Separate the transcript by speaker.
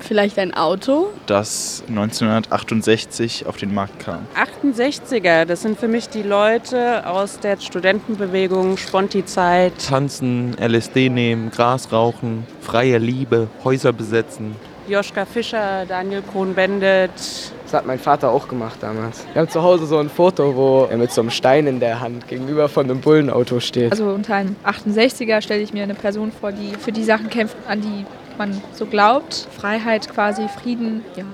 Speaker 1: Vielleicht ein Auto?
Speaker 2: das 1968 auf den Markt kam.
Speaker 3: 68er, das sind für mich die Leute aus der Studentenbewegung, Sponti-Zeit.
Speaker 4: Tanzen, LSD nehmen, Gras rauchen, freie Liebe, Häuser besetzen.
Speaker 3: Joschka Fischer, Daniel Cohn-Bendit.
Speaker 5: Das hat mein Vater auch gemacht damals. Wir haben zu Hause so ein Foto, wo er mit so einem Stein in der Hand gegenüber von einem Bullenauto steht.
Speaker 6: Also unter einem 68er stelle ich mir eine Person vor, die für die Sachen kämpft, an die man so glaubt. Freiheit quasi, Frieden, ja,